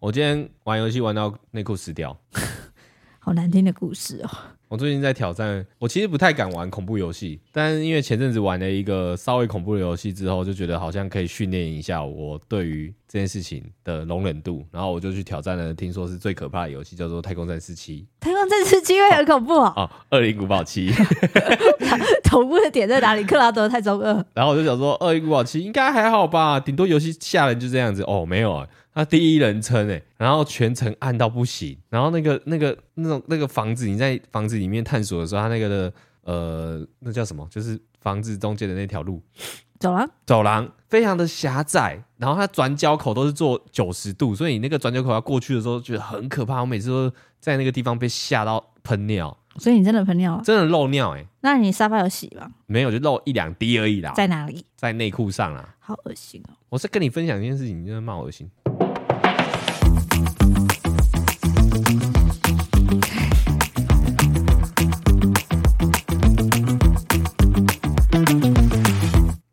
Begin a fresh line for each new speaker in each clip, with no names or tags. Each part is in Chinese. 我今天玩游戏玩到内裤湿掉。
好难听的故事哦。
我最近在挑战，我其实不太敢玩恐怖游戏，但是因为前阵子玩了一个稍微恐怖的游戏之后，就觉得好像可以训练一下我对于这件事情的容忍度，然后我就去挑战了，听说是最可怕的游戏，叫做《太空战士七
太空战士机会很恐怖》哦，
哦，《恶灵古堡七》。
恐怖的点在哪里？克拉德太中二，
然后我就想说，《恶灵古堡七》应该还好吧，顶多游戏吓人就这样子。哦，没有啊，它第一人称哎、然后全程暗到不行，然后那个那个那种那个房子，你在房子里面探索的时候，它那个的呃，那叫什么？就是房子中间的那条路
走啊了。
走廊非常的狭窄，然后它转角口都是做九十度，所以你那个转角口要过去的时候，觉得很可怕。我每次都在那个地方被吓到喷尿，
所以你真的喷尿了？
真的漏尿哎、
那你沙发有洗吗？
没有就漏一两滴而已啦，
在哪里？
在内裤上啦。
好恶心哦！
我是跟你分享一件事情，你真的骂我恶心。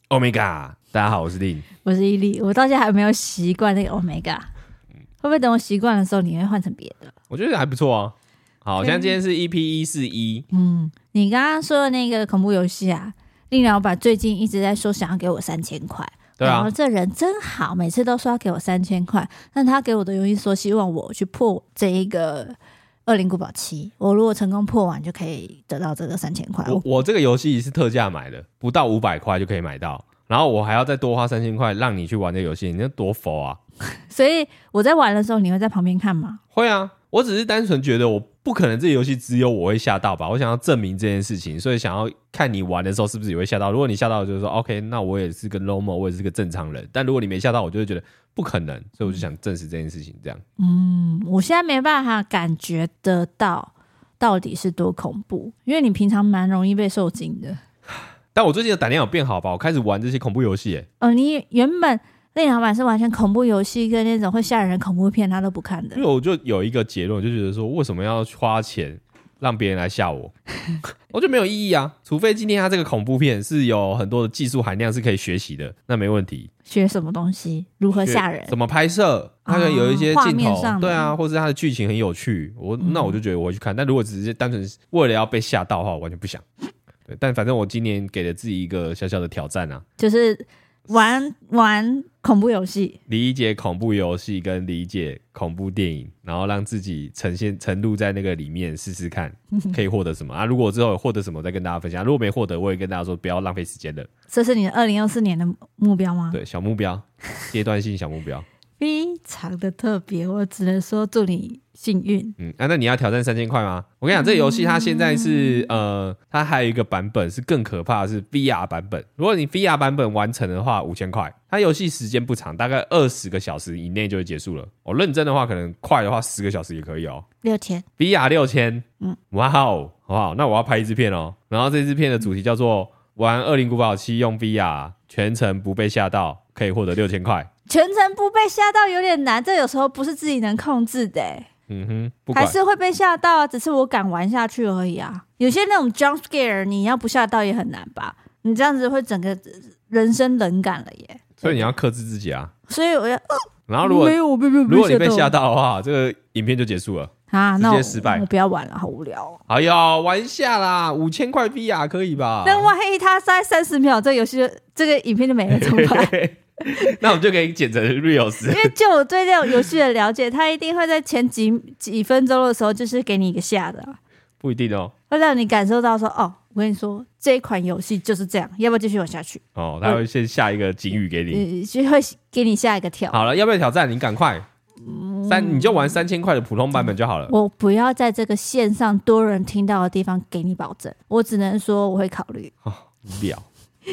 Omega，大家好，我是令。
我是伊利，我到现在还没有习惯那个 Omega，会不会等我习惯的时候，你会换成别的？
我觉得还不错啊。好，
对
像今天是 EP 一四一，
嗯，你刚刚说的那个恐怖游戏啊，令老板最近一直在说想要给我三千块。
对
然
啊
后，这人真好，每次都说要给我三千块，但他给我的游戏说希望我去破这一个《恶灵古堡七》，我如果成功破完就可以得到这个三千块。
我我这个游戏是特价买的，不到五百块就可以买到，然后我还要再多花三千块让你去玩这个游戏，你那多佛啊！
所以我在玩的时候，你会在旁边看吗？
会啊，我只是单纯觉得我不可能这游戏只有我会吓到吧，我想要证明这件事情，所以想要看你玩的时候是不是也会吓到。如果你吓到，我就是说 OK，那我也是个 normal，我也是个正常人。但如果你没吓到，我就会觉得不可能，所以我就想证实这件事情。这样，
嗯，我现在没办法感觉得到到底是多恐怖，因为你平常蛮容易被受惊的。
但我最近的胆量有变好吧？我开始玩这些恐怖游戏、欸，
哦，你原本那老板是完全恐怖游戏跟那种会吓人的恐怖片他都不看的
因为，我就有一个结论，我就觉得说为什么要花钱让别人来吓我？ 我觉得没有意义啊，除非今天他这个恐怖片是有很多的技术含量是可以学习的，那没问题。
学什么东西，如何吓人？
怎么拍摄，它可能有一些
啊画
镜
面
头，
上的嗯
对啊，或是它的剧情很有趣，我那我就觉得我会去看。但如果只是单纯是为了要被吓到的话，我完全不想。对，但反正我今年给了自己一个小小的挑战啊，
就是玩玩恐怖游戏。
理解恐怖游戏跟理解恐怖电影，然后让自己呈现沉入在那个里面试试 看，可以获得什么啊？如果之后有获得什么，再跟大家分享。如果没获得，我也跟大家说不要浪费时间了。
这是你二零二四年的目标吗？
对，小目标，阶段性小目标。
非常的特别，我只能说祝你幸运。
嗯，啊，那你要挑战三千块吗？我跟你讲，这个游戏它现在是、
嗯
呃，它还有一个版本是更可怕的是 VR 版本。如果你 VR 版本完成的话，五千块。它游戏时间不长，大概二十个小时以内就会结束了。哦，认真的话，可能快的话十个小时也可以哦。
六千，
VR 六千，
嗯
嗯，哇哦，好不好？那我要拍一支片哦。然后这支片的主题叫做“玩《恶灵古堡七》用 VR 全程不被吓到，可以获得六千块
全程不被吓到有点难，这有时候不是自己能控制的、”。欸
嗯哼，不
还
管
是会被吓到啊。只是我敢玩下去而已啊。有些那种 jump scare，你要不吓到也很难吧？你这样子会整个人生冷感了耶。
所以你要克制自己啊。
所以我要，哦
然后如果
没有，我被被
如果你被吓
吓到
到的话，这个影片就结束了。
啊，那我
直接失败
我不要玩了，好无聊、哦。
哎呀，玩一下啦，五千块 VR 可以吧？
那万一他塞三十秒，这游戏就这个影片就没了，怎么办？
那我们就可以剪成 reels
因。为就我对这种游戏的了解，他一定会在前几几分钟的时候，就是给你一个吓的啊，
不一定哦。
会让你感受到说，哦，我跟你说，这一款游戏就是这样，要不要继续玩下去？
哦，他会先下一个警语给你。
呃，就会给你下一个跳。
好了，要不要挑战？你赶快，三你就玩三千块的普通版本就好了。
我不要在这个线上多人听到的地方给你保证，我只能说我会考虑。
哦无聊，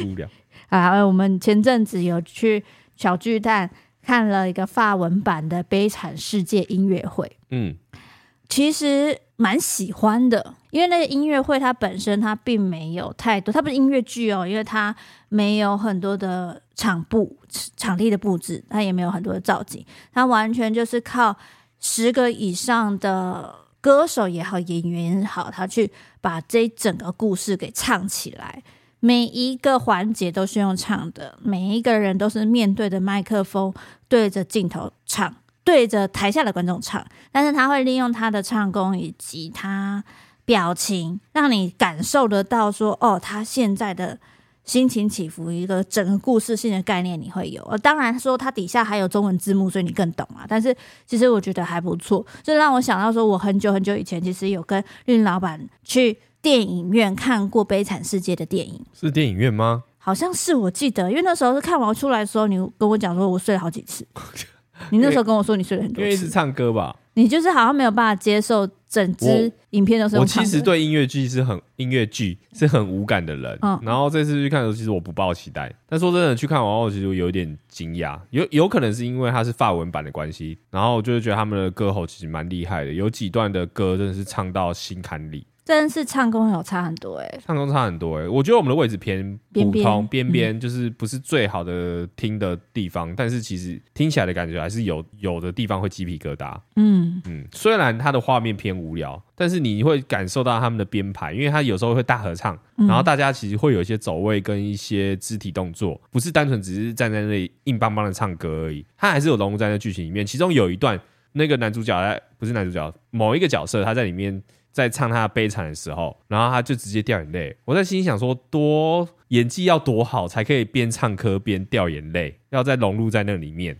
无聊。
啊，我们前阵子有去小巨蛋看了一个法文版的《悲惨世界》音乐会，
嗯，
其实蛮喜欢的，因为那个音乐会它本身它并没有太多，它不是音乐剧哦，因为它没有很多的场布、场地的布置，它也没有很多的造景，它完全就是靠十个以上的歌手也好、演员也好，他去把这整个故事给唱起来。每一个环节都是用唱的，每一个人都是面对着麦克风，对着镜头唱。对着台下的观众唱，但是他会利用他的唱功以及他表情，让你感受得到说，哦，他现在的心情起伏，一个整个故事性的概念你会有。呃，当然说他底下还有中文字幕，所以你更懂啊。 但是其实我觉得还不错，这让我想到说，我很久很久以前其实有跟令老板去电影院看过《悲惨世界》的电影。
是电影院吗？
好像是我记得，因为那时候是看完出来的时候，你跟我讲说我睡了好几次。你那时候跟我说你睡了很
因
多
为一直
次，
唱歌吧。
你就是好像没有办法接受整支影片都是
我
用
其
唱
实
的。
对音乐剧是很音乐剧是很无感的人，
嗯
然后这次去看的时候，其实我不抱期待。但说真的，去看完后，其实我有一点惊讶，有有可能是因为它是法文版的关系，然后我就是觉得他们的歌喉其实蛮厉害的，有几段的歌真的是唱到心坎里，
真的是唱功有差很多哎、欸
唱功差很多哎、我觉得我们的位置偏
边
普
边
通，边边就是不是最好的听的地方，但是其实听起来的感觉还是有有的地方会鸡皮疙瘩。
嗯，
嗯，虽然它的画面偏无聊，但是你会感受到他们的编排，因为它有时候会大合唱，然后大家其实会有一些走位跟一些肢体动作，不是单纯只是站在那里硬邦邦的唱歌而已，它还是有融入在那剧情里面。其中有一段，那个男主角在不是男主角，某一个角色他在里面在唱他的悲惨的时候，然后他就直接掉眼泪。我在心里想说，多演技要多好才可以边唱歌边掉眼泪，要再融入在那里面。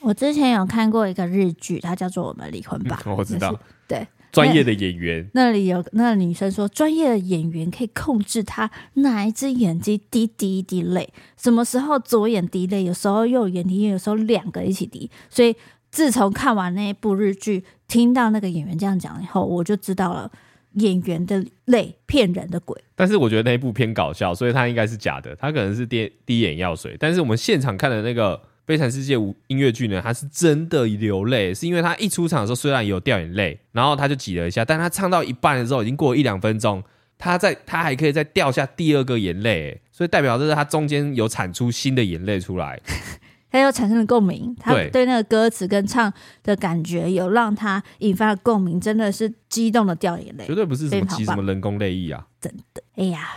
我之前有看过一个日剧，它叫做《我们离婚吧》
我知
就
道
是，对。
专业的演员。
那里有那女生说，专业的演员可以控制她哪一只眼睛滴第一滴泪，什么时候左眼滴泪，有时候右眼滴泪，有时候两个一起滴。所以自从看完那一部日剧，听到那个演员这样讲以后，我就知道了演员的泪骗人的鬼。
但是我觉得那一部偏搞笑，所以它应该是假的，它可能是滴滴眼药水。但是我们现场看的那个《悲惨世界》舞音乐剧呢，它是真的流泪，是因为他一出场的时候虽然有掉眼泪，然后他就挤了一下，但他唱到一半的时候已经过了一两分钟，他在他还可以再掉下第二个眼泪，所以代表这是他中间有产出新的眼泪出来。
他又产生了共鸣，他
对
对那个歌词跟唱的感觉有让他引发了共鸣，真的是激动的掉眼泪
绝。对不是什么
非常
挤什
棒
么人工泪液啊！
哎呀，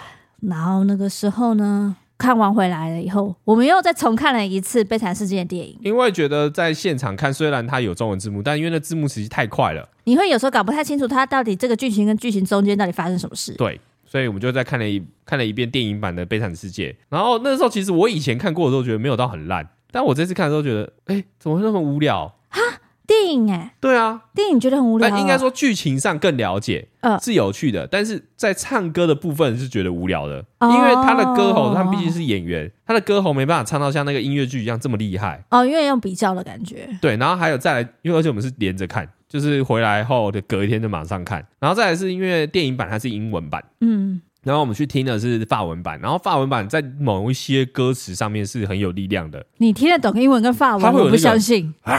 然后那个时候呢，看完回来了以后，我们又再重看了一次《悲惨世界》的电影。
因为觉得在现场看，虽然它有中文字幕，但因为那字幕其实太快了，
你会有时候搞不太清楚它到底这个剧情跟剧情中间到底发生什么事。
对，所以我们就再看了一看了一遍电影版的《悲惨世界》，然后那时候其实我以前看过的时候觉得没有到很烂，但我这次看的时候觉得，哎、怎么会那么无聊？
电影哎、
对啊，
电影觉得很无聊、
那应该，说剧情上更了解，
嗯
是有趣的，但是在唱歌的部分是觉得无聊的，
哦
因为他的歌喉，他毕竟是演员，他的歌喉没办法唱到像那个音乐剧一样这么厉害。
哦，因为用比较的感觉，
对，然后还有再来，因为而且我们是连着看，就是回来后的隔一天就马上看，然后再来是因为电影版它是英文版。
嗯，
然后我们去听的是法文版，然后法文版在某一些歌词上面是很有力量的，
你听得懂英文跟法文，
它会有那
我不
个
相信
还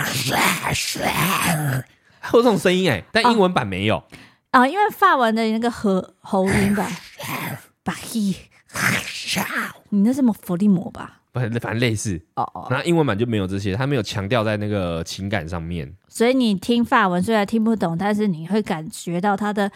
有这种声音哎、但英文版没有。
啊、因为法文的那个喉喉音吧，巴希，你那是摩伏地魔吧？
反反正类似，
哦哦，
然后英文版就没有这些，它没有强调在那个情感上面。
所以你听法文虽然听不懂，但是你会感觉到它的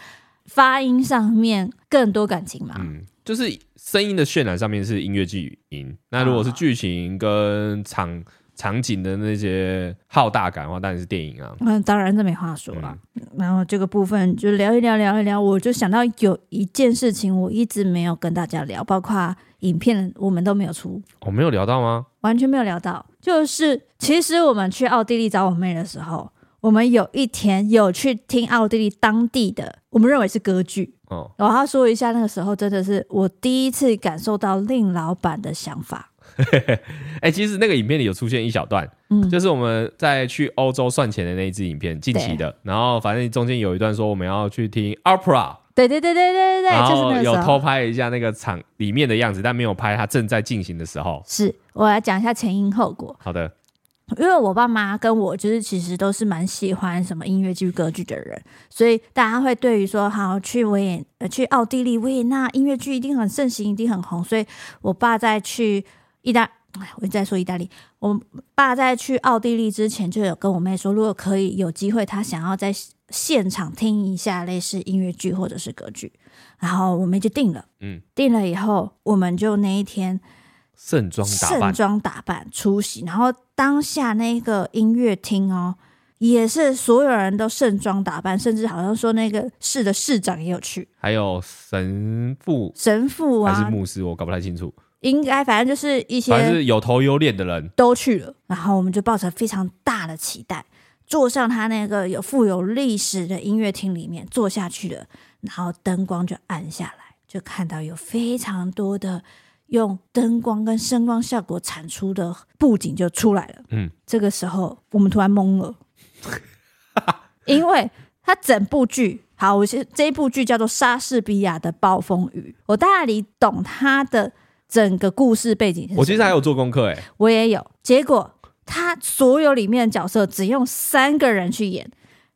发音上面更多感情嘛？
嗯，就是声音的渲染上面是音乐剧音，那如果
啊
是剧情跟场场景的那些浩大感的话，当然是电影啊。
嗯，当然这没话说啦。然后这个部分就聊一聊，聊一聊，我就想到有一件事情我一直没有跟大家聊，包括影片我们都没有出，
我、哦没有聊到吗？
完全没有聊到。就是其实我们去奥地利找我妹的时候，我们有一天有去听奥地利当地的，我们认为是歌剧。
哦，
我要说一下，那个时候真的是我第一次感受到令老板的想法。
哎、其实那个影片里有出现一小段，
嗯
就是我们在去欧洲算钱的那一支影片，近期的。然后反正中间有一段说我们要去听 opera，
对对对对对对
然
对，就是
后
那个
哦有
时
偷
候。
拍一下那个场里面的样子，但没有拍它正在进行的时候。
是我来讲一下前因后果。
好的，
因为我爸妈跟我就是其实都是蛮喜欢什么音乐剧、歌剧的人，所以大家会对于说好去维也呃去奥地利维也纳音乐剧一定很盛行，一定很红。所以我爸在去意大，哎，我一直在说意大利。我爸在去奥地利之前就有跟我妹说，如果可以有机会，他想要在现场听一下类似音乐剧或者是歌剧，然后我妹就定了。
嗯，
定了以后，我们就那一天
盛装打
盛
扮，
装打扮出席，然后当下那个音乐厅哦，也是所有人都盛装打扮，甚至好像说那个市的市长也有去，
还有神父
神父
还是
啊，
牧师，我搞不太清楚，
应该反正就是一
反正
些
是有头有脸的人。
都去了。然后我们就抱着非常大的期待，坐上他那个有富有历史的音乐厅里面坐下去了，然后灯光就暗下来，就看到有非常多的用灯光跟声光效果产出的布景就出来了。
嗯，
这个时候我们突然懵 了，因为它整部剧。好，我先这一部剧叫做《莎士比亚的暴风雨》，我大理懂它的整个故事背景是什么。
我其实还有做功课哎、
我也有。结果他所有里面的角色只用三个人去演，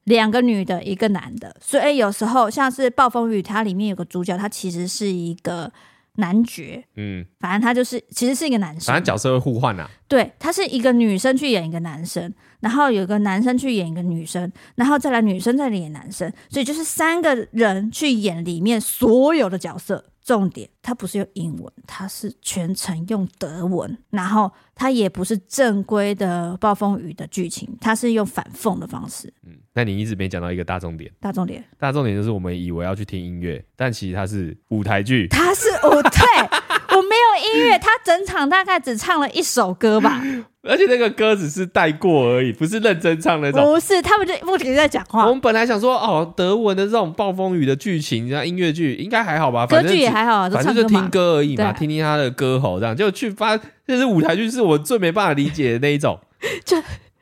两个女的，一个男的。所以有时候像是《暴风雨》，它里面有个主角，他其实是一个男爵，
嗯，
反正他就是其实是一个男生
反正。角色会互换啊。
对，他是一个女生去演一个男生，然后有一个男生去演一个女生，然后再来女生再来演男生，所以就是三个人去演里面所有的角色。重点，他不是用英文，他是全程用德文，然后他也不是正规的暴风雨的剧情，他是用反讽的方式。
那你一直没讲到一个大重点，
大重点，
大重点就是我们以为要去听音乐，但其实它是舞台剧。
他是我对 我没有音乐，他整场大概只唱了一首歌吧，
而且那个歌只是带过而已，不是认真唱 那种。
不是，他们就不停地在讲话
我。们本来想说，哦，德文的这种暴风雨的剧情，然后音乐剧应该还好吧，
歌
反正
剧也还好啊，都
反
唱
正就
歌嘛
听。歌而已嘛，
对啊
听听他的歌喉这样，就去发，就是舞台剧是我最没办法理解的那一种。
就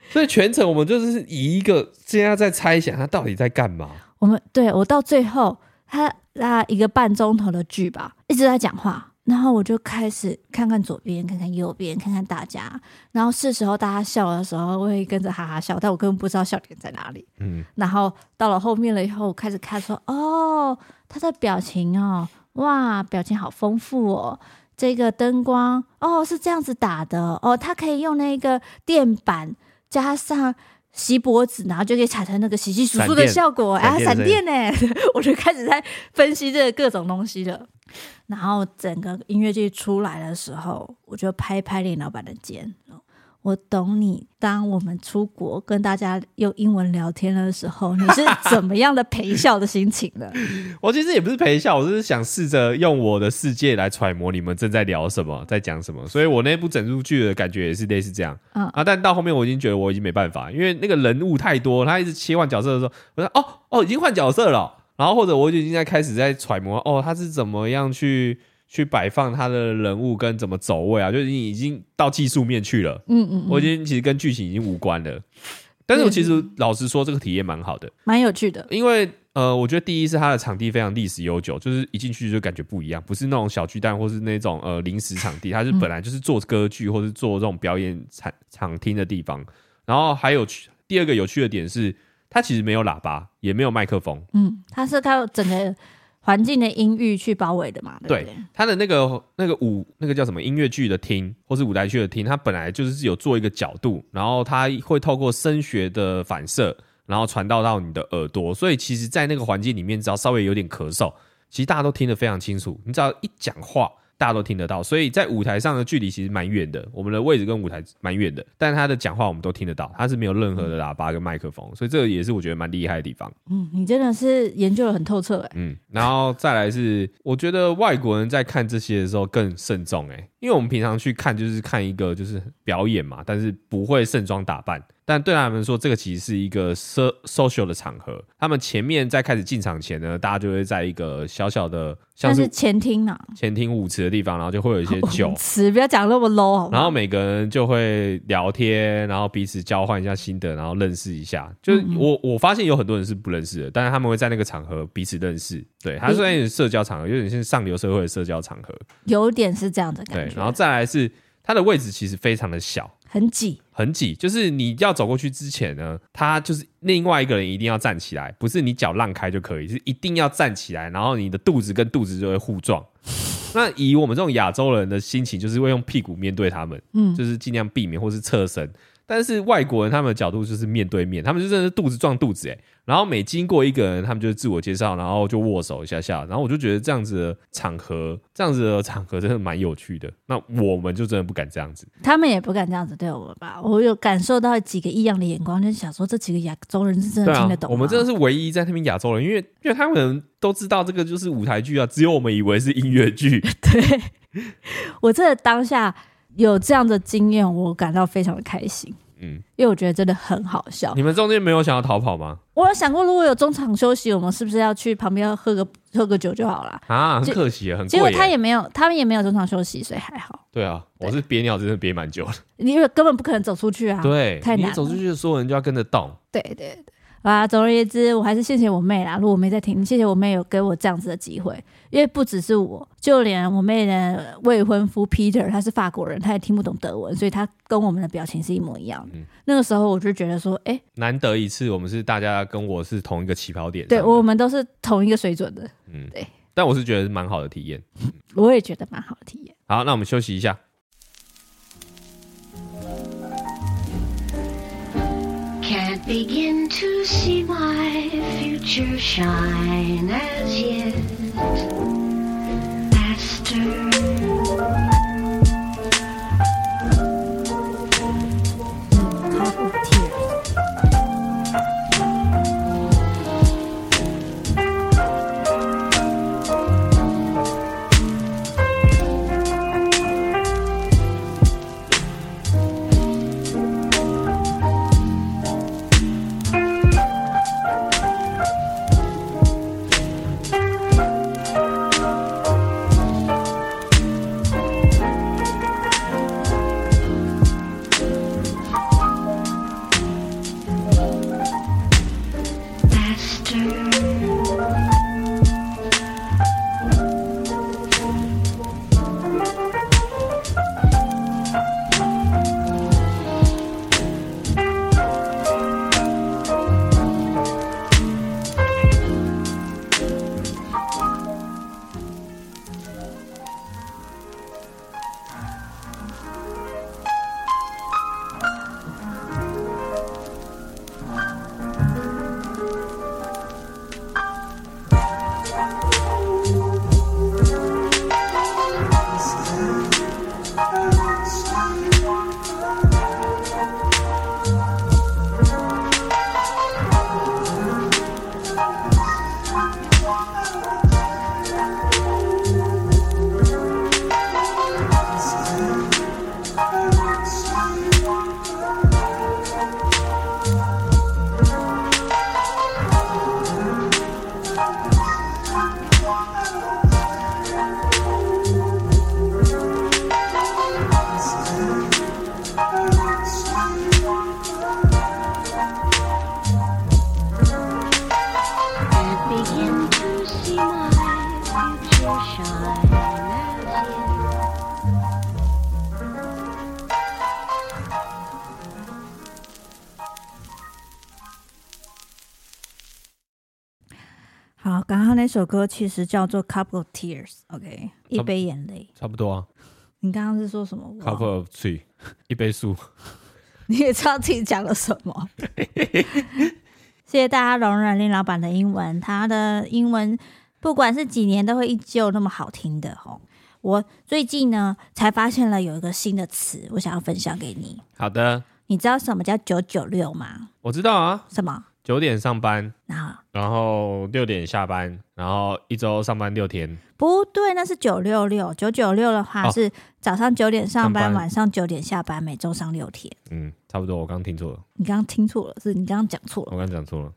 所以全程我们就是以一个现在在猜想他到底在干嘛。
我们对我到最后，他拉一个半钟头的剧吧，一直在讲话，然后我就开始看看左边，看看右边，看看大家，然后是时候大家笑的时候，我会跟着哈哈笑，但我根本不知道笑点在哪里。
嗯，
然后到了后面了以后，我开始看说，哦，他的表情哦，哇，表情好丰富哦。这个灯光哦是这样子打的哦，它可以用那个电板加上锡箔纸，然后就可以产生那个稀稀疏疏
闪
的
电
效果啊，闪
闪电
电呢， 我就开始在分析这个各种东西了。然后整个音乐剧出来的时候，我就拍拍林老板的肩，哦我懂你。当我们出国跟大家用英文聊天的时候，你 是怎么样的陪笑的心情呢？
我其实也不是陪笑，我就是想试着用我的世界来揣摩你们正在聊什么，在讲什么。所以我那部整部剧的感觉也是类似这样。
嗯
啊，但到后面我已经觉得我已经没办法，因为那个人物太多，他一直切换角色的时候，我说哦哦，已经换角色了哦。然后或者我就已经在开始在揣摩哦，他是怎么样去去摆放他的人物跟怎么走位啊，就已经已经到技术面去了。
嗯嗯，
我已经其实跟剧情已经无关了。但是我其实老实说，这个体验蛮好的。
蛮有趣的。
因为呃，我觉得第一是它的场地非常历史悠久，就是一进去就感觉不一样，不是那种小巨蛋或是那种呃临时场地，它是本来就是做歌剧或是做这种表演场场厅的地方。然后还有趣第二个有趣的点是，它其实没有喇叭，也没有麦克风，
嗯，它是靠整个环境的音域去包围的嘛，对不
对
对？，
它的那个那个舞那个叫什么音乐剧的厅，或是舞台剧的厅，它本来就是有做一个角度，然后它会透过声学的反射，然后传到到你的耳朵，所以其实，在那个环境里面，只要稍微有点咳嗽，其实大家都听得非常清楚。你只要一讲话，大家都听得到。所以在舞台上的距离其实蛮远的，我们的位置跟舞台蛮远的，但他的讲话我们都听得到，他是没有任何的喇叭跟麦克风，所以这个也是我觉得蛮厉害的地方。
嗯，你真的是研究的很透彻哎、
嗯，然后再来是， 我觉得外国人在看这些的时候更慎重哎、因为我们平常去看就是看一个就是表演嘛，但是不会盛装打扮。但对他们说，这个其实是一个 so social 的场合。他们前面在开始进场前呢，大家就会在一个小小的像
但是
是
前厅呐、，
前厅舞池的地方，然后就会有一些酒
词不要讲那么 low 好吗？
然后每个人就会聊天，然后彼此交换一下心得，然后认识一下。就是
嗯
我我发现有很多人是不认识的，但是他们会在那个场合彼此认识。对，它虽然有点社交场合，有点像上流社会的社交场合。
有点是这样的
对
感，觉，
然后再来是它的位置其实非常的小，
很挤，
很挤，就是你要走过去之前呢，他就是另外一个人一定要站起来，不是你脚让开就可以，是一定要站起来，然后你的肚子跟肚子就会互撞。那以我们这种亚洲人的心情，就是会用屁股面对他们，嗯，就是尽量避免或是侧身。但是外国人他们的角度就是面对面，他们就真的是肚子撞肚子哎、然后每经过一个人，他们就自我介绍，然后就握手一下下，然后我就觉得这样子的场合，这样子的场合真的蛮有趣的。那我们就真的不敢这样子，
他们也不敢这样子对我们吧？我有感受到几个异样的眼光，就是想说这几个亚洲人是真的
对
嗯听
啊
得懂、，
我们真的
是
是唯一在那边亚洲人，因为因为他们都知道这个就是舞台剧啊，只有我们以为是音乐 剧。
对我真的当下有这样的经验，我感到非常的开心，
嗯，
因为我觉得真的很好笑。
你们中间没有想要逃跑吗？
我有想过，如果有中场休息，我们是不是要去旁边喝个喝个酒就好了？
啊，很
结
可惜耶，很
结果
贵耶。
他也没有，他们也没有中场休息，所以还好，
对啊，
对
我是憋尿真的憋蛮久了。
因为根本不可能走出去啊。
对，
太
你
难
走出
了
去，所有人就要跟着动。
对对对，啊，总而言之，我还是谢谢我妹啦。如果我妹在听，谢谢我妹有给我这样子的机会，因为不只是我，就连我妹的未婚夫 Peter，他是法国人，他也听不懂德文，所以他跟我们的表情是一模一样的。
嗯
那个时候我就觉得说，哎、
难得一次，我们是大家跟我是同一个起跑点上
对
的。
我们都是同一个水准的，
嗯
对，
但我是觉得蛮好的体验。
我也觉得蛮好的体验。
好，那我们休息一下。
Can't begin to see my future shine as yet. Faster. Purple tears. Faster. Can't begin to see my future shine as yet.
好，刚刚那首歌其实叫做《Cup of Tears》，OK，一杯眼泪。
差不多啊
你刚刚是说什么？我
，cup of tea，一杯素。
你也知道自己讲了什么。谢谢大家容忍令老板的英文，他的英文不管是几年都会依旧那么好听的哦。我最近呢才发现了有一个新的词，我想要分享给你。
好的，
你知道什么叫九九六吗？
我知道啊，
什么？
九点上班，
啊，
然后六点下班，然后一周上班六天。
不对，那是九六六。九九六的话
哦
是早上九点上班，
上班
晚上九点下班，每周上六天。
嗯，差不多，我刚听错了，
你刚刚听错了，是你刚刚讲错了，
我刚讲错了。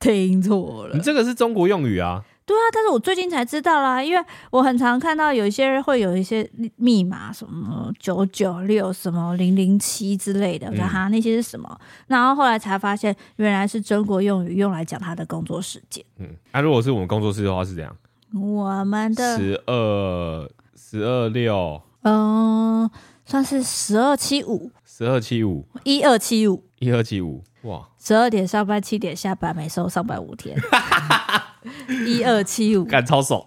听错了
你。这个是中国用语啊？
对啊，但是我最近才知道啦，因为我很常看到有一些人会有一些密码，什么九九六、什么零零七之类的，我说
嗯
哈那些是什么？然后后来才发现，原来是中国用语，用来讲他的工作时间。
嗯，那、如果是我们工作室的话是怎样？
我们的
十二十二六
嗯、算是十二七五、
十二七五
一二七五，
一二七五，哇，
十二点上班，七点下班，每周上班五天，一二七五。
干超爽！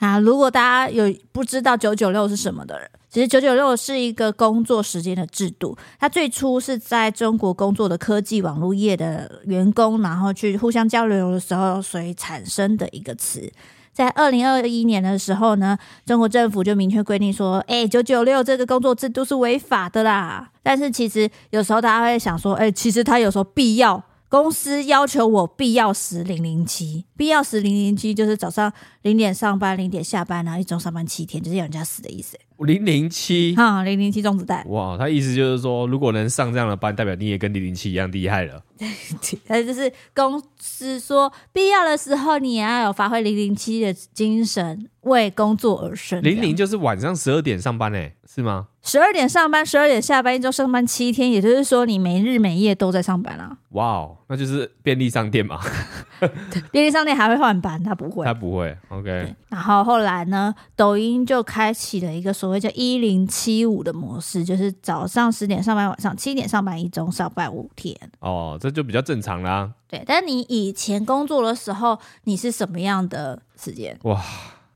啊，如果大家有不知道九九六是什么的人，其实九九六是一个工作时间的制度。它最初是在中国工作的科技网络业的员工，然后去互相交流的时候，所以产生的一个词。在二零二一年的时候呢，中国政府就明确规定说，哎、九九六这个工作制度是违法的啦。但是其实有时候大家会想说，哎、其实他有时候必要，公司要求我必要时零零七，必要时零零七就是早上零点上班，零点下班，然啊后一周上班七天，就是要人家死的意思。
零零七，
哈、零零七中子弹，
哇，他意思就是说，如果能上这样的班，代表你也跟零零七一样厉害了。嗯
但哎就是公司说必要的时候，你也要有发挥零零七的精神，为工作而生。
零零就是晚上十二点上班诶，是吗？
十二点上班，十二点下班，一周上班七天，也就是说你没日没夜都在上班啊啦、
哇哦，那就是便利商店嘛，
便利商店还会换班，他不会
他。不会。OK，
然后后来呢，抖音就开启了一个所谓叫“一零七五”的模式，就是早上十点上班，晚上七点上班，一周上班五天。
哦，这就比较正常啦。
对，但你以前工作的时候，你是什么样的时间？
哇，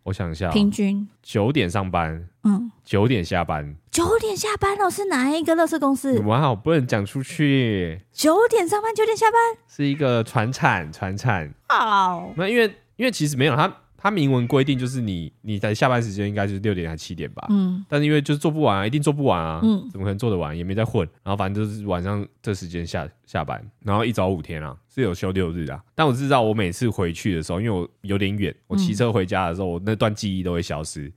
我想一下哦、
平均，
九点上班，
嗯，
九点下班，
九点下班了，是哪一个乐视公司？
哇哦，不能讲出去，
九点上班，九点下班。
是一个传产传产。
哦，
那因为因为其实没有他。他明文规定就是你，你的下班时间应该就是六点还七点吧，
嗯，
但是因为就是做不完啊，一定做不完啊，
嗯
怎么可能做得完？也没在混，然后反正就是晚上这时间下下班，然后一早五天啊，是有休六日啊。但我知道我每次回去的时候，因为我有点远，我骑车回家的时候，我那段记忆都会消 失。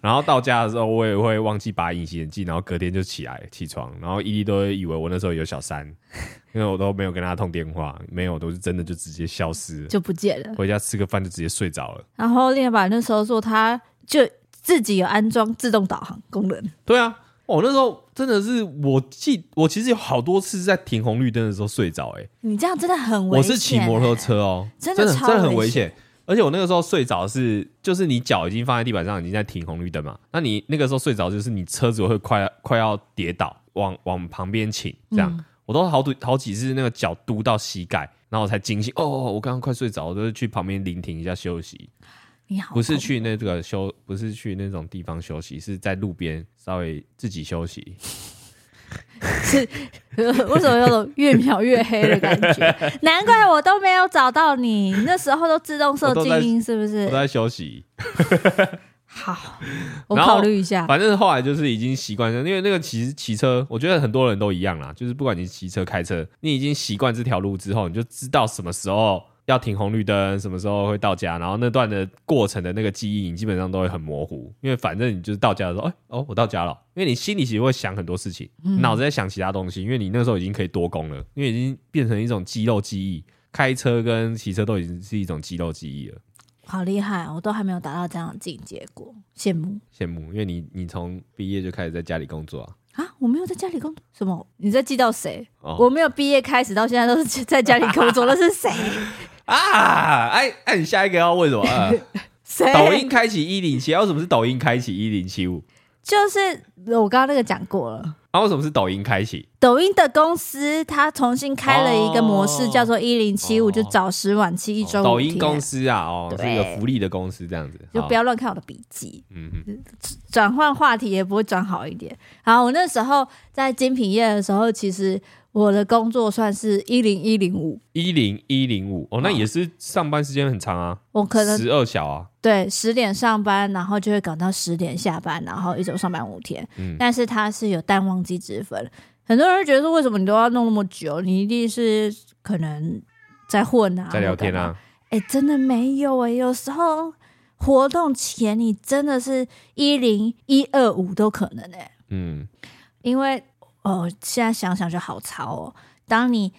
然后到家的时候，我也会忘记拔隐形眼镜，然后隔天就起来起床，然后伊利都会以为我那时候有小三，因为我都没有跟他通电话，没有，都是真的就直接消失了。
就不见了。
回家吃个饭就直接睡着了。
然后练板那时候说他就自己有安装自动导航功能，
对啊，我、那时候真的是我记，我其实有好多次是在停红绿灯的时候睡着、欸，
你这样真的很危
我
险欸。
是骑摩托车哦，
真的
的
超
真的很
危
危
险
险。而且我那个时候睡着是，就是你脚已经放在地板上，已经在停红绿灯嘛。那你那个时候睡着，就是你车子会快快要跌倒，往往旁边倾，这样。
嗯
我都好多好几次那个脚嘟到膝盖，然后我才惊醒。哦，哦我刚刚快睡着，我就是去旁边临停一下休息，
你好，
不是去那个休，不是去那种地方休息，是在路边稍微自己休息。
为什么有种越描越黑的感 觉？难怪我都没有找到你，那时候都自动设
我都在
静音，是不
我
是
都？在休息。
好，我
然后
考虑一下。
反正后来就是已经习惯了，因为那个骑骑车，我觉得很多人都一样啦，就是不管你骑车开车，你已经习惯这条路之后，你就知道什么时候要停红绿灯，什么时候会到家，然后那段的过程的那个记忆，你基本上都会很模糊，因为反正你就是到家的时候，哎、哦，我到家了，因为你心里其实会想很多事情，脑子在想其他东西，因为你那时候已经可以多功了，因为已经变成一种肌肉记忆。开车跟骑车都已经是一种肌肉记忆了，
好厉害，哦我都还没有达到这样的境界过，羡慕
羡慕，因为你你从毕业就开始在家里工作啊，
啊！我没有在家里工作，什么？你在记到谁？
哦
我没有毕业开始到现在都是在家里工 作，那是谁？
啊！哎、哎，你下一个要问什么？ 啊、
谁？
抖音开启一零七，啊为什么是抖音开启一零七五？
就是我刚刚那个讲过了。
啊，为什么是抖音开启？
抖音的公司，它重新开了一个模式，
哦
叫做一零七五，
哦
就早十晚七，一周五天
抖音公司啊，哦，是
对
一个福利的公司，这样子。
就
好
不要乱看我的笔记，
嗯，嗯
转换话题也不会转好一点。然后我那时候在精品业的时候，其实我的工作算是一零一零五，
一零一零五，哦，那也是上班时间很长啊，
我嗯可能
十二小啊，
对十点上班，然后就会赶到十点下班，然后一周上班五天。
嗯
但是它是有淡旺季之分，很多人会觉得说，为什么你都要弄那么久？你一定是可能在混啊，
在聊天
或干嘛
啊。
哎、真的没有哎、有时候活动前你真的是一零一二五都可能哎、
嗯，
因为哦，现在想想就好潮哦。当你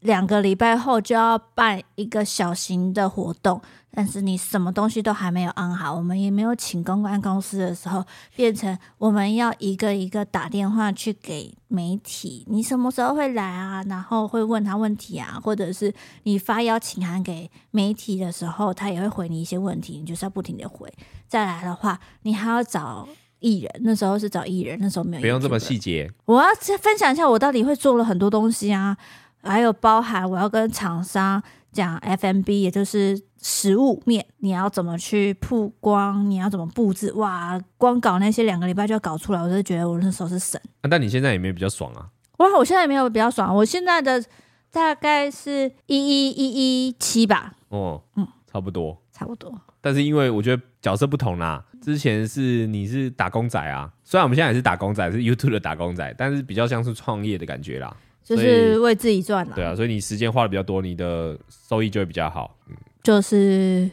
两个礼拜后就要办一个小型的活动，但是你什么东西都还没有安好，我们也没有请公关公司的时候，变成我们要一个一个打电话去给媒体，你什么时候会来啊？然后会问他问题啊，或者是你发邀请函给媒体的时候，他也会回你一些问题，你就是要不停的回。再来的话，你还要找。艺人那时候是找艺人，那时候没有
不用这么
YouTuber
细节。
我要再分享一下，我到底会做了很多东西啊。还有包含我要跟厂商讲 FMB，也就是实物面，你要怎么去曝光，你要怎么布置，哇，光搞那些两个礼拜就要搞出来，我就觉得我那时候是神。
啊但你现在也没比较爽啊？
哇，我现在也没有比较爽，我现在的大概是一一一一七吧，
哦，
嗯
差不多。
差不多。
但是因为我觉得角色不同啦，之前是你是打工仔啊，虽然我们现在也是打工仔，是 YouTube 的打工仔，但是比较像是创业的感觉啦。
就
所以
是为自己赚了、
对啊，所以你时间花的比较多，你的收益就会比较好，
就是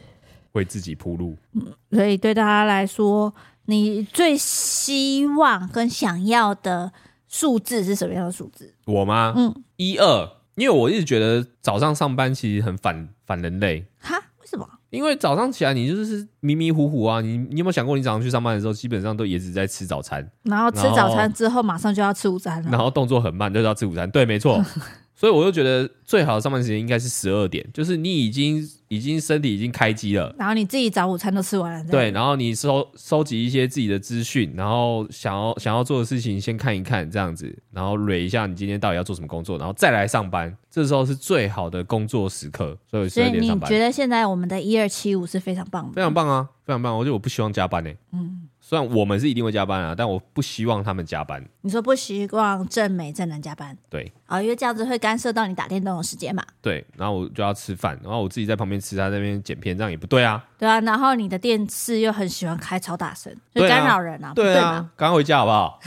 为自己铺路。
所以对大家来说，你最希望跟想要的数字是什么样的数字？
我吗？
嗯，
一二，因为我一直觉得早上上班其实很反反人类，
哈？为什么？
因为早上起来你就是迷迷糊糊啊，你你有没有想过你早上去上班的时候，基本上都也只在吃早餐，
然后吃
然后
早餐之后，马上就要吃午餐
然
了。
后动作很慢，就是要吃午餐。对，没错。所以我就觉得最好的上班时间应该是十二点，就是你已经已经身体已经开机了。
然后你自己早午餐都吃完了，这
对，
样，
然后你收收集一些自己的资讯，然后想要想要做的事情先看一看这样子，然后捋一下你今天到底要做什么工作，然后再来上班，这时候是最好的工作时刻，所以十
所
二
以
点
你
上班
觉得现在我们的一二七五是非常棒
非
的，
常棒啊，非常棒！我觉得我不希望加班呢、嗯，虽然我们是一定会加班啊，但我不希望他们加班。
你说不习惯正美正男加班
对
啊、哦因为这样子会干涉到你打电动的时间嘛，
对，然后我就要吃饭，然后我自己在旁边吃，他在那边剪片，这样也不对啊。
对啊，然后你的电视又很喜欢开超大声，就
对啊
干扰人啊，不
对
嘛
啊，赶快回家好不好？。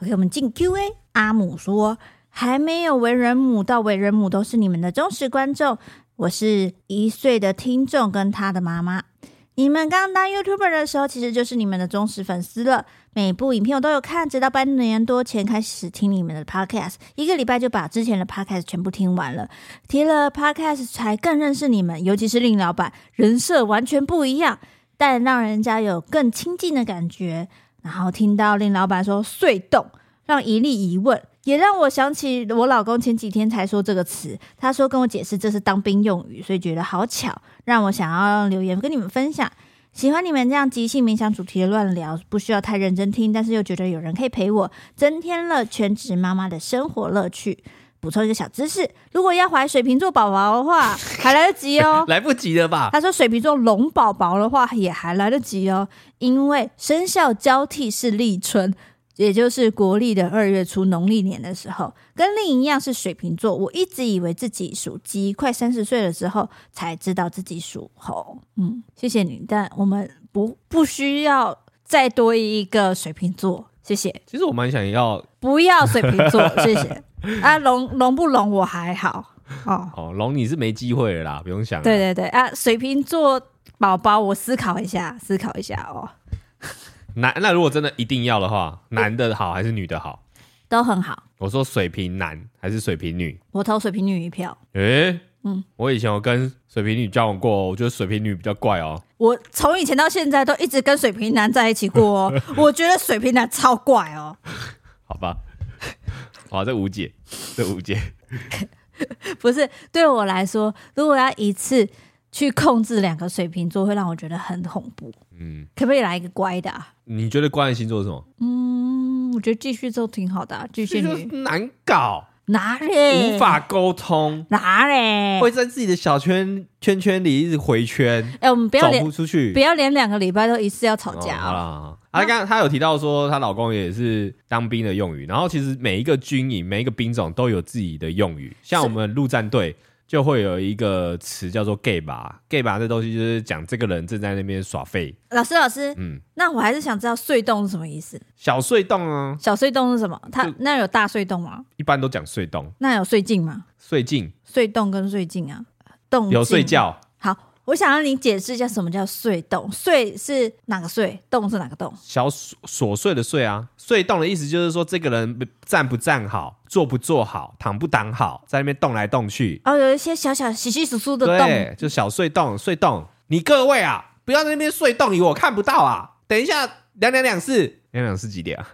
OK，我们进 Q&A。阿姆说：“还没有为人母到为人母，都是你们的忠实观众。我是一岁的听众跟他的妈妈。你们刚当 YouTuber 的时候，其实就是你们的忠实粉丝了。每部影片我都有看，直到半年多前开始听你们的 Podcast，一个礼拜就把之前的 Podcast 全部听完了。听了 Podcast 才更认识你们，尤其是令老板，人设完全不一样，但让人家有更亲近的感觉。然后听到令老板说隧洞，让一粒疑问，也让我想起我老公前几天才说这个词，他说跟我解释这是当兵用语，所以觉得好巧，让我想要留言跟你们分享。喜欢你们这样即兴冥想主题的乱聊，不需要太认真听，但是又觉得有人可以陪我，增添了全职妈妈的生活乐趣。补充一个小知识，如果要怀水瓶座宝宝的话，还来得及哦
来不及了吧？
他说水瓶座龙宝宝的话也还来得及哦，因为生肖交替是立春，也就是国历的二月初农历年的时候，跟另一样是水瓶座。我一直以为自己属鸡，快三十岁了之后才知道自己属猴。嗯，谢谢你，但我们不不需要再多一个水瓶座，谢谢。
其实我蛮想要
不要水瓶座，谢谢。啊，龙龙不龙我还好哦。
哦，龙你是没机会了啦，不用想了。
对对对啊，水瓶座宝宝，我思考一下，思考一下哦，
男那如果真的一定要的话，男的好还是女的好？
都很好。
我说水瓶男还是水瓶女？
我投水瓶女一票。
诶、
嗯
我以前有跟水瓶女交往过哦，我觉得水瓶女比较怪哦。
我从以前到现在都一直跟水瓶男在一起过 哦，我觉得水瓶男超怪哦，
好吧， 哇，这无解，这无解。
不是对我来说，如果要一次去控制两个水瓶座，会让我觉得很恐怖。
嗯，
可不可以来一个乖的、啊？
你觉得怪的星座是什么？
嗯，我觉得继续都挺好的、啊，巨蟹
就是
女
难搞，
哪里
无法沟通，
哪里？
会在自己的小圈圈圈里一直回圈，
哎、我们不要
走
连
不出去
不。要连两个礼拜都一次要吵架
哦好
哦
啦好啦她刚刚她有提到说，她老公也是当兵的用语。然后其实每一个军营、每一个兵种都有自己的用语，像我们陆战队就会有一个词叫做 “gay 吧 ”，“gay 吧”这东西就是讲这个人正在那边耍废。
老师，老师，
嗯，
那我还是想知道隧洞是什么意思？
小隧洞啊，
小隧洞是什么？它
就
那有大隧洞吗？
一般都讲隧洞、
那有睡镜吗？
隧镜，
隧洞跟睡镜啊，洞
有睡
睡。
觉。
好，我想让你解释一下什么叫隧洞。隧是哪个隧？洞是哪个洞？
小琐琐碎的碎啊，隧洞的意思就是说，这个人站不站好，坐不坐好，躺不躺好，在那边动来动去，
哦，有一些小小稀稀疏疏的洞。
对，就小隧洞，隧洞。你各位啊，不要在那边隧洞里，我看不到啊。等一下，两两两四，两两四几点啊？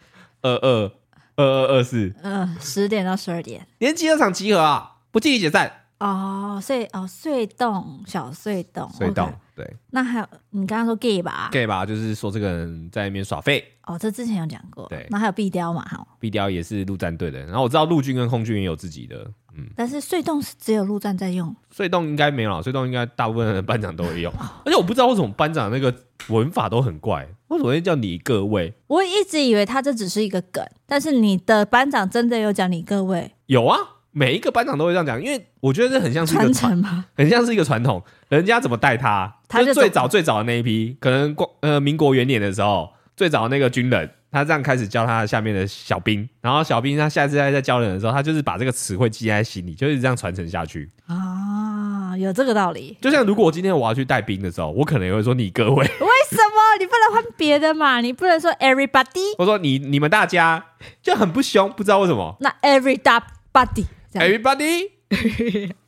二二二二二四，
嗯、呃，十点到十二点。
连集合场集合啊，不进行解散。
哦哦，隧哦隧洞小隧洞，
所以到
OK
对
那还有你刚刚说 gay 吧
gay 吧，就是说这个人在那边耍废。
哦，这之前有讲过。
对
那还有壁雕嘛，哈。
B D L 也是陆战队的，然后我知道陆军跟空军也有自己的，嗯，
但是隧洞是只有陆战在用，
隧洞应该没有啦，隧洞应该大部分的班长都 会用，而且我不知道为什么班长那个文法都很怪，为什么会叫你各位？
我一直以为他这只是一个梗，但是你的班长真的有讲你各位
有啊，每一个班长都会这样讲，因为我觉得这很像是一
传
个传，
承吗？
很像是一个传统，人家怎么带他，
他
就
就是怎
最早最早的那一批，可能光呃民国元年的时候，最早那个军人，他这样开始教他下面的小兵，然后小兵他下次再在教人的时候，他就是把这个词汇记在心里，就是这样传承下去。
啊，有这个道理。
就像如果我今天我要去带兵的时候，我可能也会说你各位，
为什么你不能换别的嘛？你不能说 everybody，
我说你你们大家就很不凶，不知道为什么。
那 every d body 这样，
Everybody,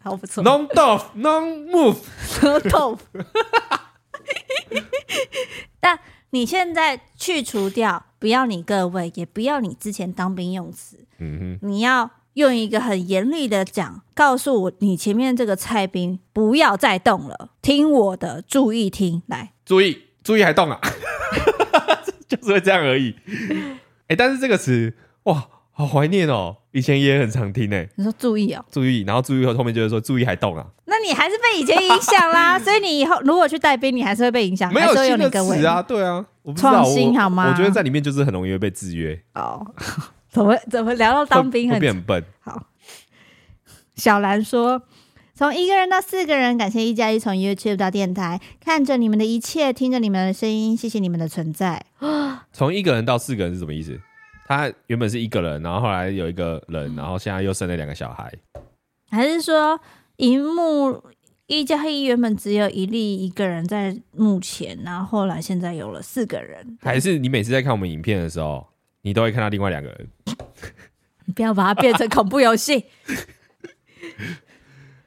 好不错。
non dove, non move。
舌头。 但你现在去除掉，不要你各位，也不要你之前当兵用词，
嗯
你要用一个很严厉的讲，告诉我你前面这个菜兵不要再动了，听我的，注意听，来
哼，，注意注意还动啊， 就是会这样而已。 哎、但是这个词哇，好怀念哦，以前也很常听诶、
你说注意哦。
注意，然后注意后后面就是说注意还动啊，
那你还是被以前影响 啦，所以你以后如果去带兵，你还是会被影响，
没
还
有
是会
新
用你
的
各位
词啊，对啊，我不知道
创新
我
好吗
我觉得在里面就是很容易会被制约，
哦。怎么怎么聊到当兵
会
很
会变很笨。
好，小兰说：“从一个人到四个人，感谢一加一，从 YouTube 到电台，看着你们的一切，听着你们的声音，谢谢你们的存在。
从一个人到四个人是什么意思？他原本是一个人，然后后来有一个人，
嗯
然后现在又生了两个小孩。
还是说，荧幕一加一原本只有一粒一个人在幕前，然后后来现在有了四个人，
还是你每次在看我们影片的时候，你都会看到另外两个人。
你不要把它变成恐怖游戏。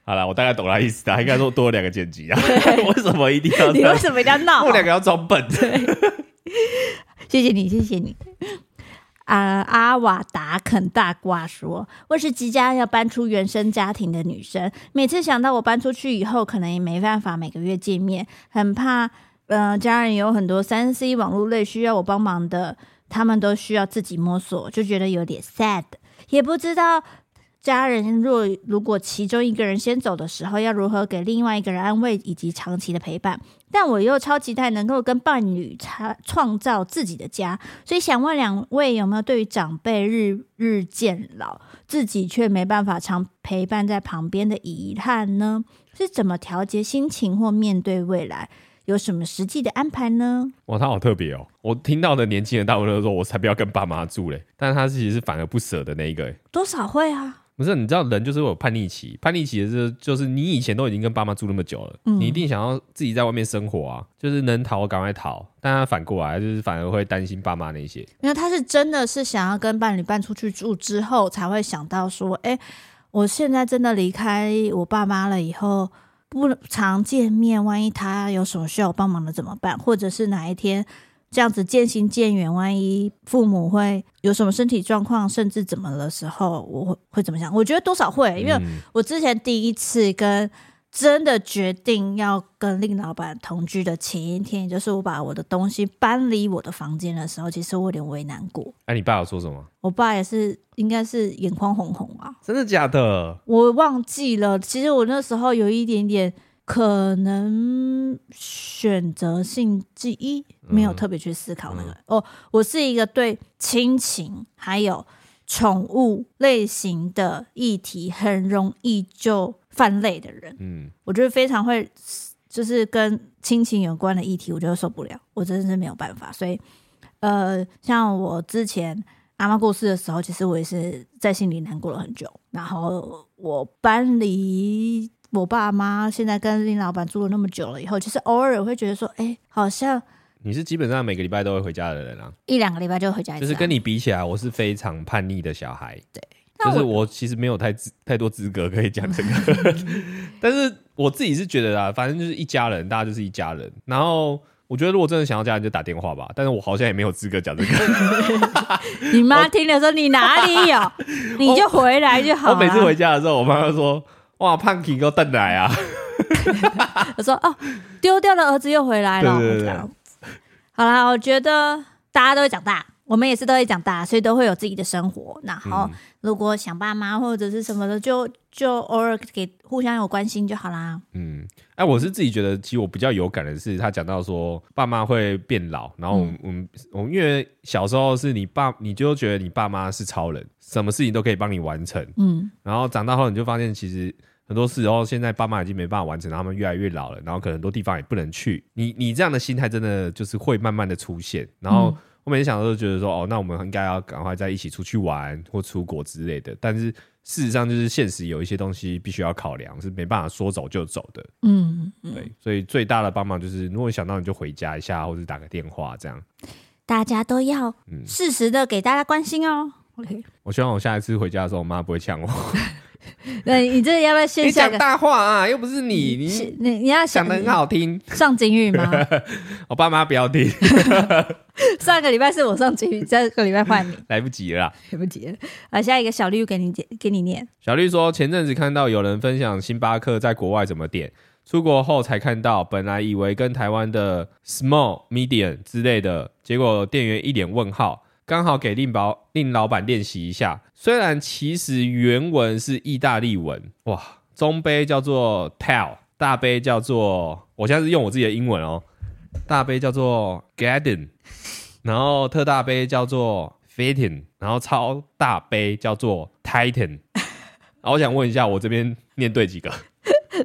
好了，我大概懂他意思啦，应该说多了两个剪辑啊。 为什么一定要这
你为
样？
什么一定要闹
我？两个要装笨。
谢谢你，谢谢你。啊、阿瓦达肯大瓜说：“我是即将要搬出原生家庭的女生，每次想到我搬出去以后，可能也没办法每个月见面，很怕。呃，家人有很多三 C 网络类需要我帮忙的，他们都需要自己摸索，就觉得有点 sad，也不知道家人若如果其中一个人先走的时候，要如何给另外一个人安慰以及长期的陪伴。但我又超期待能够跟伴侣创创造自己的家，所以想问两位有没有对于长辈日日渐老，自己却没办法常陪伴在旁边的遗憾呢？是怎么调节心情或面对未来？有什么实际的安排呢？
哇，他好特别哦！我听到的年轻人大部分都说，我才不要跟爸妈住嘞。但是他其实是反而不舍的那一个欸。
多少会啊，
不是，你知道人就是会有叛逆期，叛逆期的是就是你以前都已经跟爸妈住那么久了，
嗯
你一定想要自己在外面生活啊，就是能逃赶快逃。但他反过来就是反而会担心爸妈那些，
因为他是真的是想要跟伴侣搬出去住之后，才会想到说，哎、我现在真的离开我爸妈了以后，不常见面，万一他有什么需要我帮忙的怎么办？或者是哪一天这样子渐行渐远，万一父母会有什么身体状况，甚至怎么的时候，我会会怎么想？我觉得多少会，因为
嗯
我之前第一次跟真的决定要跟令老板同居的前一天，也就是我把我的东西搬离我的房间的时候，其实我有点为难过。
哎、你爸有说什么？
我爸也是，应该是眼眶红红啊。
真的假的？
我忘记了，其实我那时候有一点点可能选择性记忆，没有特别去思考那个。哦，我是一个对亲情还有宠物类型的议题很容易就犯累的人，
嗯，
我觉得非常会，就是跟亲情有关的议题，我就受不了，我真的是没有办法。所以，呃，像我之前阿妈过世的时候，其实我也是在心里难过了很久。然后我搬离我爸妈，现在跟林老板住了那么久了以后，其实偶尔会觉得说，哎、好像
你是基本上每个礼拜都会回家的人啊，
一两个礼拜就回家一次、啊
就是跟，你比起来，我是非常叛逆的小孩，
那
就是
我
我其实没有太资太多资格可以讲 这个， 但是我自己是觉得啊，反正就是一家人，大家就是一家人。然后我觉得如果真的想要家人，就打电话吧。但是我好像也没有资格讲这个。
你
哦
妈听了说你哪里有，你就回来就好
我哦
了。
每次回家的时候，我妈就说：“哇，胖给我瞪来 啊！
我说哦，丢掉了儿子又回来了。
对对对
这样好啦，我觉得大家都会长大，我们也是都会长大，所以都会有自己的生活。然
嗯
后如果想爸妈或者是什么的，就就偶尔给互相有关心就好啦。
嗯，哎，我是自己觉得，其实我比较有感的是，他讲到说爸妈会变老，然后
嗯
我们、我们我们因为小时候是你爸，你就觉得你爸妈是超人，什么事情都可以帮你完成，
嗯，
然后长大后你就发现其实。很多时候，现在爸妈已经没办法完成，然后他们越来越老了，然后可能很多地方也不能去。你你这样的心态真的就是会慢慢的出现。然
嗯
后我每天想到都觉得说，哦，那我们应该要赶快在一起出去玩或出国之类的。但是事实上，就是现实有一些东西必须要考量，是没办法说走就走的。
嗯，
对，所以最大的帮忙就是，如果想到你就回家一下，或者打个电话这样。
大家都要
嗯
适时的给大家关心哦。OK，
我希望我下一次回家的时候，我妈不会呛我。
那你这要不 要
你
先下
讲
个？
大话啊，又不是你，
是
你
你你要想
讲的很好听，
上警语吗？
我爸妈不要听，
上个礼拜是我上警语，这个礼拜换你，
来不及了啦。
来不及了。啊，下一个小绿给你解给你念。
小绿说，前阵子看到有人分享星巴克在国外怎么点，出国后才看到，本来以为跟台湾的 small、medium 之类的，结果店员一脸问号。刚好给令老令老板练习一下，虽然其实原文是意大利文，哇，中杯叫做 tell，大杯叫做，我现在是用我自己的英文哦，大杯叫做 garden，然后特大杯叫做 fitting，然后超大杯叫做 titan。啊，我想问一下，我这边念对 几个？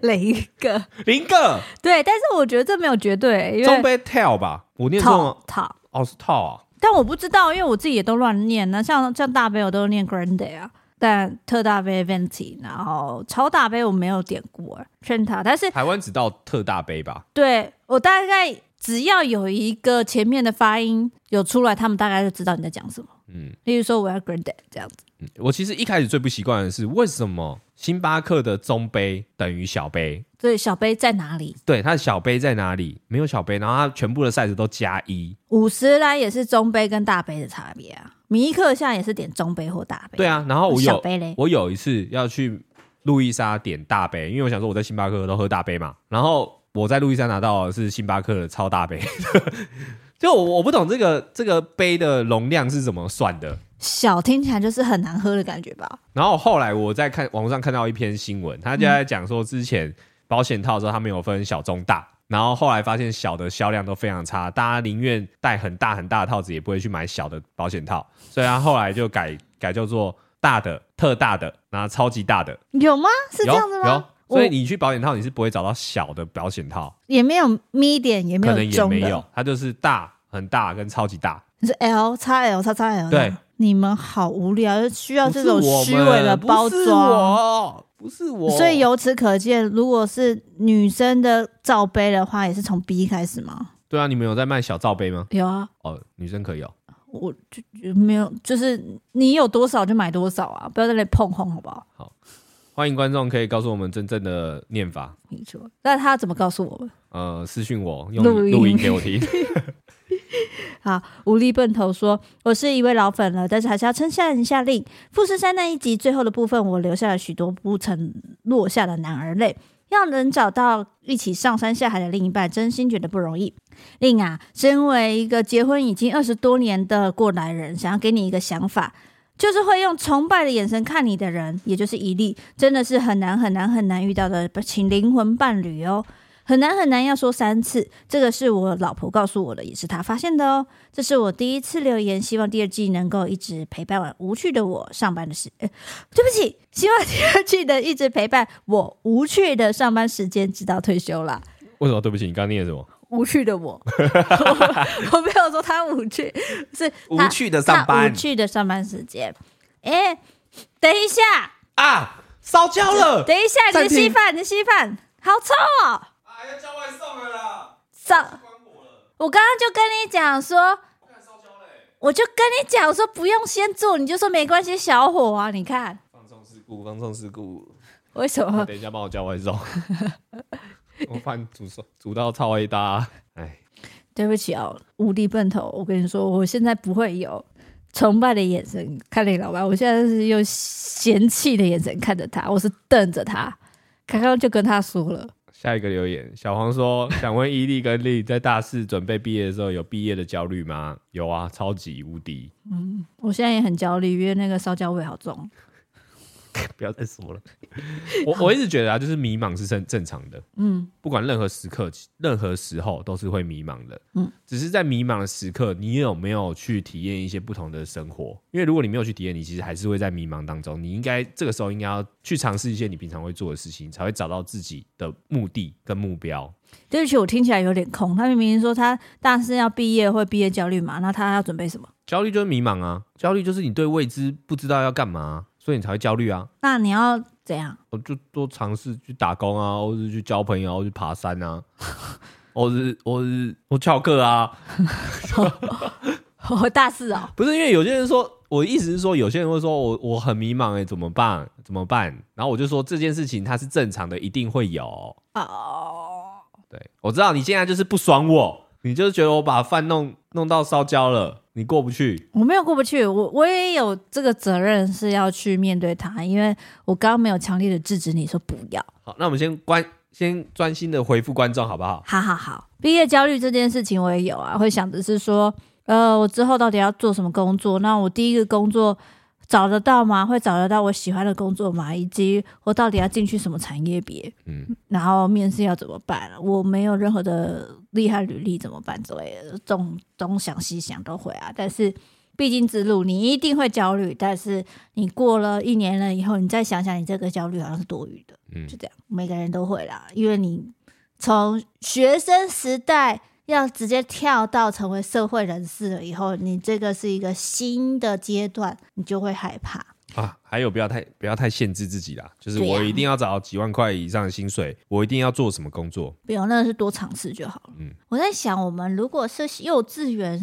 雷一个，
零个，
对，但是我觉得这没有绝对，因
中
为
杯 tell 吧？我念错
套
吗？
套，
哦，是 tall 啊。
但我不知道，因为我自己也都乱念那像像大杯我都念 grande 啊，但特大杯 venti，然后超大杯我没有点过 t r e 但是
台湾只到特大杯吧？
对我大概只要有一个前面的发音有出来，他们大概就知道你在讲什么。
嗯，
例如说我要 grande 这样子，
我其实一开始最不习惯的是，为什么星巴克的中杯等于小杯？
所以小杯在哪里？
对，它的小杯在哪里？没有小杯，然后它全部的 size 都加一。
五十来也是中杯跟大杯的差别啊。米克现在也是点中杯或大杯，
对，啊，然后我
小
有
杯嘞
我有一次要去路易莎点大杯，因为我想说我在星巴克都喝大杯嘛，然后我在路易莎拿到的是星巴克的超大杯， 就我我不懂这个这个杯的容量是怎么算的。
小听起来就是很难喝的感觉吧？
然后后来我在看网络上看到一篇新闻，他就在讲说之前保险套的时候，他们有分小、中、大。然后后来发现小的销量都非常差，大家宁愿戴很大很大的套子，也不会去买小的保险套，所以他后来就改改叫做大的、特大的，然后超级大的，
有吗？是这
有
样子
有
吗？。我
所以你去保险套，你是不会找到小的保险套，
也没有 medium，也没
可能也
有中
没
的，
有，它就是大、很大跟超级大。
你说 L 叉 L 叉叉 L，
对，
你们好无聊，需要
不
这
是
种
我
虚
们
伪的包
不是
装。
我，不是我。
所以由此可见，如果是女生的罩杯的话，也是从 B 开始吗？
对啊，你们有在卖小罩杯吗？
有啊，
哦，女生可以哦。
我就就没有，就是你有多少就买多少啊，不要在那里碰碰，好不好？
欢迎观众可以告诉我们真正的念法，
没错。那他怎么告诉我们？
呃，私讯我用
录音
录音给我听。
好，啊无力笨头说：“我是一位老粉了，但是还是要称赞一下令富士山那一集最后的部分，我留下了许多不曾落下的男儿泪。要能找到一起上山下海的另一半，真心觉得不容易。令啊，身为一个结婚已经二十多年的过来人，想要给你一个想法。”就是会用崇拜的眼神看你的人，也就是一粒，真的是很难很难很难遇到的请灵魂伴侣哦，很难很难要说三次。这个是我老婆告诉我的，也是她发现的哦。这是我第一次留言，希望第二季能够一直陪伴我无趣的我上班的时、呃，对不起，希望第二季能一直陪伴我无趣的上班时间，直到退休啦。
为什么？对不起，你刚念什么？
无趣的我， 我我没有说他无趣， 是他
无趣的上班
他无趣的上班时间。哎，等一下，
啊，烧焦了！
等一下，你
暂
的
停
稀饭，你的稀饭好臭哦！
啊，要叫外送了啦！
上，我刚刚就跟你讲说，我就跟你讲说不用先做，你就说没关系，小火啊，你看
放送事故，放送事故。
为什么？
等一下，帮我叫外 送。我饭煮熟煮到超一搭，哎，
对不起哦，无力笨头，我跟你说，我现在不会有崇拜的眼神看你老板，我现在是用嫌弃的眼神看着他，我是瞪着他，刚刚就跟他说了，
下一个留言，小黄说：“想问伊利跟丽在大四准备毕业的时候有毕业的焦虑吗？”有啊，超级无敌！
我现在也很焦虑，因为那个烧焦味好重。
不要再说了。 我我一直觉得啊，就是迷茫是正正常的，
嗯，
不管任何时刻、任何时候都是会迷茫的。
嗯
嗯，只是在迷茫的时刻，你有没有去体验一些不同的生活？因为如果你没有去体验，你其实还是会在迷茫当中。你应该这个时候应该要去尝试一些你平常会做的事情，才会找到自己的目的跟目标。
对不起，我听起来有点空。他明明说他大四要毕业会毕业焦虑嘛，那他要准备什么？
焦虑就是迷茫啊，焦虑就是你对未知不知道要干嘛、所以你才会焦虑啊。
那你要怎样？
我就多尝试去打工啊，或是去交朋友啊，或是爬山啊，或是或是我翘课啊。
我 大四哦，
不是因为有些人说，我的意思是说，有些人会说我我很迷茫哎、怎么办？怎么办？然后我就说这件事情它是正常的，一定会有。
哦，
对我知道你现在就是不爽我，你就是觉得我把饭弄弄到烧焦了，你过不去。
我没有过不去，我我也有这个责任是要去面对他，因为我刚刚没有强烈的制止你说不要。
好，那我们先关先专心的回复观众好不好？
好好好，毕业焦虑这件事情我也有啊，会想的是说，呃，我之后到底要做什么工作？那我第一个工作找得到吗？会找得到我喜欢的工作吗？以及我到底要进去什么产业别？
嗯，
然后面试要怎么办？我没有任何的厉害履历怎么办之类的，东东想西想都会啊。但是必经之路，你一定会焦虑。但是你过了一年了以后，你再想想，你这个焦虑好像是多余的。
嗯
就这样，每个人都会啦，因为你从学生时代要直接跳到成为社会人士了以后，你这个是一个新的阶段，你就会害怕。
啊，还有不要太不要太限制自己啦，就是
对呀
我一定要找几万块以上的薪水，我一定要做什么工作，
不用，那个是多尝试就好了。
嗯
我在想，我们如果是幼稚园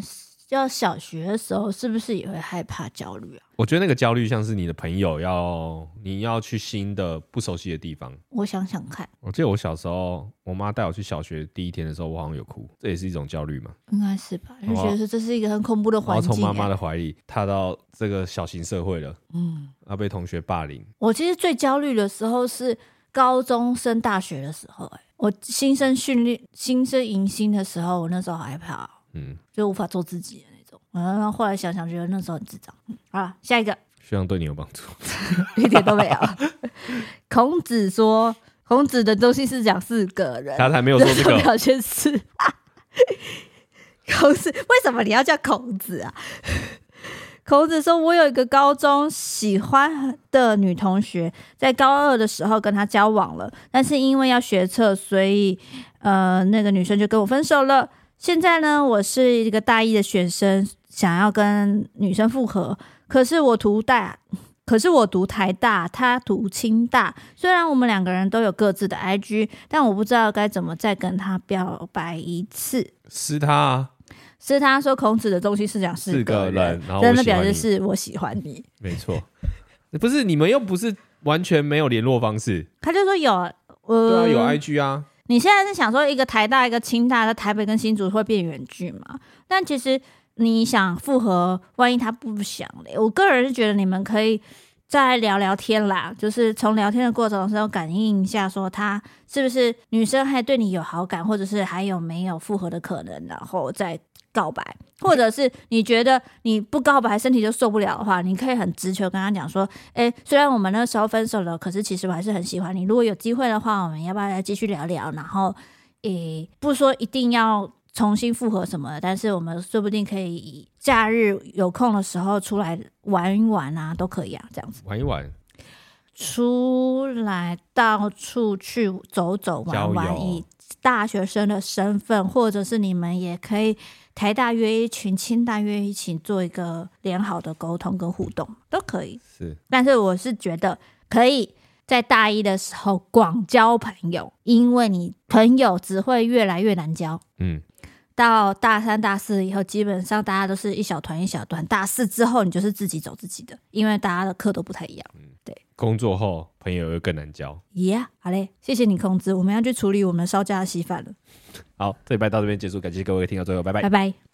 要小学的时候，是不是也会害怕焦虑啊？
我觉得那个焦虑像是你的朋友要你要去新的不熟悉的地方。
我想想看，
我记得我小时候，我妈带我去小学第一天的时候，我好像有哭，这也是一种焦虑嘛。
应该是吧？就
好啊
觉得说这是一个很恐怖的
然
环
后
境、
从妈妈
欸
的怀里踏到这个小型社会了，
嗯，
要被同学霸凌。
我其实最焦虑的时候是高中升大学的时候、欸，我新生训练、新生迎新的时候，我那时候好害怕哦、
嗯，
就无法做自己的那种。然后后来想想，觉得那时候很智障。嗯好了，下一个。
希望对你有帮助。
一点都没有。 孔子说，孔子的东西是讲四个人，
他还没有说
人
这
的
个，
表现是。孔子为什么你要叫孔子啊？ 孔子说：“我有一个高中喜欢的女同学，在高二的时候跟她交往了，但是因为要学测，所以呃，那个女生就跟我分手了。现在呢，我是一个大一的学生，想要跟女生复合，可是我读大， 可是我读台大，她读清大。虽然我们两个人都有各自的 IG，但我不知道该怎么再跟她表白一次。
是他啊，
是他说孔子的东西是讲
四
个
个
人
人，然后
但
我
那
喜
表
欢
示
你
是我喜欢你。
没错。不是你们又不是完全没有联络方式，
他就说有，
对
呃，
啊，有 IG 啊。
你现在是想说一个台大一个清大，在台北跟新竹会变远距嘛？但其实你想复合，万一他不想嘞，我个人是觉得你们可以再聊聊天啦，就是从聊天的过程中感应一下，说他是不是女生还对你有好感，或者是还有没有复合的可能，然后再告白。或者是你觉得你不告白身体就受不了的话，你可以很直球跟他讲说，哎，虽然我们那时候分手了，可是其实我还是很喜欢你。如果有机会的话，我们要不要再继续聊聊？然后，诶，不说一定要重新复合什么的，但是我们说不定可以假日有空的时候出来玩一玩啊，都可以啊，这样子
玩一玩，
出来到处去走走玩
郊
玩，
游
以大学生的身份，或者是你们也可以台大约一群、清大约一群，做一个良好的沟通跟互动，都可以。
是
但是我是觉得可以在大一的时候广交朋友，因为你朋友只会越来越难交。
嗯，
到大三、大四以后，基本上大家都是一小团一小团。大四之后，你就是自己走自己的，因为大家的课都不太一样。
工作后朋友又更难交。
耶、好嘞，谢谢你控制，我们要去处理我们烧焦的稀饭了，
好，这礼拜到这边结束，感谢各位听到最后，拜拜
拜。拜。